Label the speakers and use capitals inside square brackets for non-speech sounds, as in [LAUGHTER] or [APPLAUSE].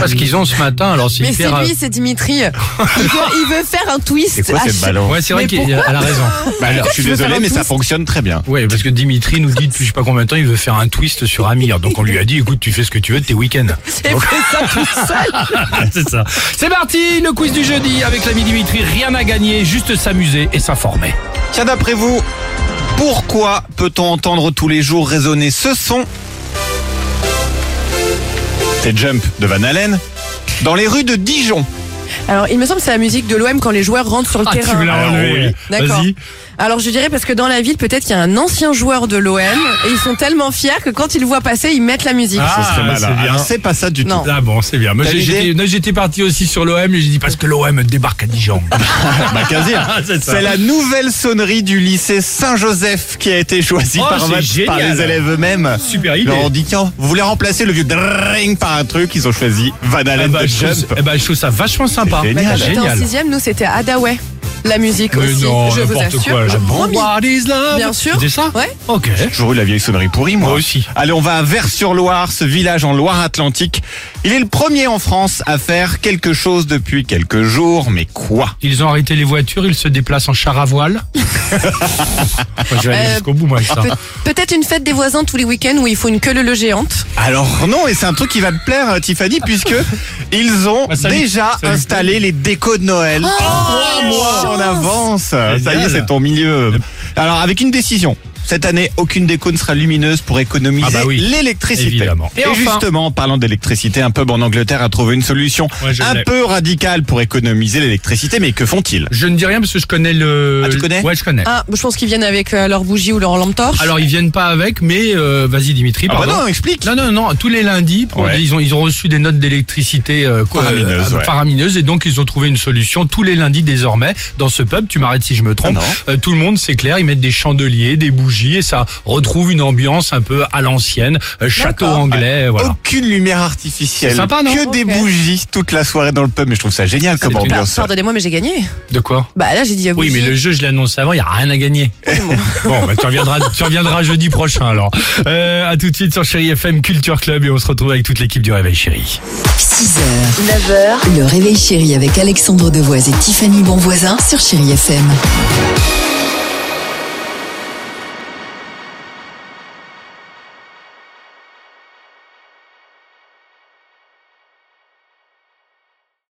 Speaker 1: Parce qu'ils ont ce matin, alors c'est
Speaker 2: Mais c'est
Speaker 1: hyper.
Speaker 2: lui, c'est Dimitri.
Speaker 1: [LAUGHS]
Speaker 2: Il veut, il veut faire un twist. Ah,
Speaker 3: C'est quoi
Speaker 2: à
Speaker 3: cette
Speaker 2: chaque-
Speaker 3: balance
Speaker 1: Ouais, euh, c'est vrai
Speaker 2: Mais
Speaker 1: qu'il a elle a raison.
Speaker 3: Bah alors, je suis
Speaker 2: veux faire un
Speaker 3: désolé, mais ça
Speaker 2: twist.
Speaker 3: fonctionne très bien.
Speaker 1: Ouais, parce que Dimitri nous dit depuis je sais pas combien de temps il veut faire un twist sur Amir. Donc on lui a dit écoute, tu fais ce que tu veux de
Speaker 3: [LAUGHS]
Speaker 1: tes week-ends.
Speaker 2: Et
Speaker 1: [LAUGHS]
Speaker 2: fait ça tout seul.
Speaker 3: Ah,
Speaker 1: c'est ça. C'est parti, le quiz du jeudi avec l'ami Dimitri. Rien à gagner, juste s'amuser et s'informer.
Speaker 3: Tiens, d'après vous, pourquoi peut-on entendre tous les jours résonner ce son C'est Jump de Van Halen dans les rues de Dijon.
Speaker 2: Alors, il me semble que c'est la musique de l'OM quand les joueurs rentrent
Speaker 1: Ah,
Speaker 2: sur le terrain.
Speaker 3: Alors, oui.
Speaker 2: D'accord. Alors, je dirais parce que dans la ville, peut-être qu'il y a un ancien joueur de l'OM et ils sont tellement fiers que quand ils le voient passer, ils mettent la musique.
Speaker 1: Ah,
Speaker 3: Ce serait malin.
Speaker 1: c'est bien.
Speaker 3: Alors, c'est pas ça du tout.
Speaker 2: Non.
Speaker 1: Ah bon, c'est bien. Moi,
Speaker 3: T'as
Speaker 1: j'ai-
Speaker 3: l'idée
Speaker 1: j'étais- non, J'étais parti aussi sur l'OM et j'ai dit parce que l'OM débarque
Speaker 3: [LAUGHS]
Speaker 1: à Dijon.
Speaker 3: Bah,
Speaker 1: [LAUGHS]
Speaker 3: Kazir,
Speaker 1: C'est ça.
Speaker 3: c'est la nouvelle sonnerie du lycée Saint-Joseph qui a été choisie
Speaker 1: Oh,
Speaker 3: par,
Speaker 1: c'est
Speaker 3: par
Speaker 1: génial.
Speaker 3: les élèves eux-mêmes.
Speaker 1: Super idée.
Speaker 3: Ils leur ont dit, tiens, vous voulez remplacer le vieux drrrring par un truc, ils ont choisi Van
Speaker 1: Eh
Speaker 3: Halen
Speaker 1: ben,
Speaker 3: de
Speaker 1: je trouve-
Speaker 3: Jump.
Speaker 1: eh ben, je trouve ça vachement sympa.
Speaker 3: C'est
Speaker 2: Bah, quand
Speaker 3: génial.
Speaker 2: j'étais en sixième, nous, c'était Adaway. La musique
Speaker 1: Mais
Speaker 2: aussi,
Speaker 1: non,
Speaker 2: je vous
Speaker 1: n'importe
Speaker 2: assure.
Speaker 1: quoi. j'aime.
Speaker 2: Promis.
Speaker 1: What is love
Speaker 2: Bien sûr.
Speaker 1: C'était ça
Speaker 2: Ouais.
Speaker 1: Ok.
Speaker 3: J'ai toujours eu la vieille sonnerie pourrie, moi.
Speaker 1: Moi aussi.
Speaker 3: Allez, on va à Vers-sur-Loire, ce village en Loire-Atlantique. Il est le premier en France à faire quelque chose depuis quelques jours, mais quoi
Speaker 1: Ils ont arrêté les voitures, ils se déplacent en char à [LAUGHS] voile. Moi, je vais aller
Speaker 2: Euh,
Speaker 1: jusqu'au bout, moi, avec ça.
Speaker 2: Pe- Peut-être une fête des voisins tous les week-ends où il faut une queue leu géante.
Speaker 3: Alors non, et c'est un truc qui va te plaire, euh, Tiffany,
Speaker 1: [LAUGHS]
Speaker 3: puisque ils ont
Speaker 1: Bah, ça lui-
Speaker 3: déjà
Speaker 1: ça lui
Speaker 3: installé les décos de Noël. Trois mois en avance Ça y est,
Speaker 1: Oh, Génial.
Speaker 3: c'est ton milieu. Alors, avec une décision. Cette année, aucune déco ne sera lumineuse pour économiser
Speaker 1: Ah bah oui,
Speaker 3: l'électricité.
Speaker 1: évidemment.
Speaker 3: Et,
Speaker 1: Et enfin-
Speaker 3: justement, en parlant d'électricité, un pub en Angleterre a trouvé une solution
Speaker 1: Ouais, je
Speaker 3: un
Speaker 1: l'ai.
Speaker 3: peu radicale pour économiser l'électricité. Mais que font-ils
Speaker 1: Je ne dis rien parce que je connais le.
Speaker 3: Ah, tu connais
Speaker 1: Ouais, je connais.
Speaker 2: Ah, je pense qu'ils viennent avec euh, leur bougie ou leur lampe torche.
Speaker 1: Alors, ils viennent pas avec, mais euh, vas-y, Dimitri,
Speaker 3: Ah bah
Speaker 1: pardon.
Speaker 3: non, explique.
Speaker 1: non, non, non, tous les lundis, pour-
Speaker 3: Ouais.
Speaker 1: ils, ont, ils ont reçu des notes d'électricité euh, quoi,
Speaker 3: Faramineuses, ouais.
Speaker 1: faramineuses, et donc ils ont trouvé une solution tous les lundis désormais dans ce pub, tu m'arrêtes si je me trompe,
Speaker 3: Ah
Speaker 1: Euh, tout le monde c'est clair, ils mettent des chandeliers, des bougies, et ça retrouve une ambiance un peu à l'ancienne, euh, château
Speaker 2: D'accord.
Speaker 1: anglais, euh, voilà.
Speaker 3: Aucune lumière artificielle.
Speaker 1: C'est sympa, non
Speaker 3: que des
Speaker 2: Ok.
Speaker 3: bougies toute la soirée dans le pub. Mais je trouve ça génial comme
Speaker 1: une-
Speaker 2: Pa-
Speaker 3: ambiance.
Speaker 2: Pardonnez-moi, mais j'ai gagné.
Speaker 1: De quoi
Speaker 2: Bah là, j'ai dit.
Speaker 1: Oui, mais le jeu, je l'annonce avant, il n'y a rien à gagner. bon, bah, tu, reviendras, tu reviendras jeudi prochain alors. Euh, à tout de suite sur Chéri FM Culture Club et on se retrouve avec toute l'équipe du Réveil Chéri.
Speaker 4: 6h, 9h, le réveil chéri avec Alexandre Devoise et Tiffany Bonvoisin sur Chéri FM.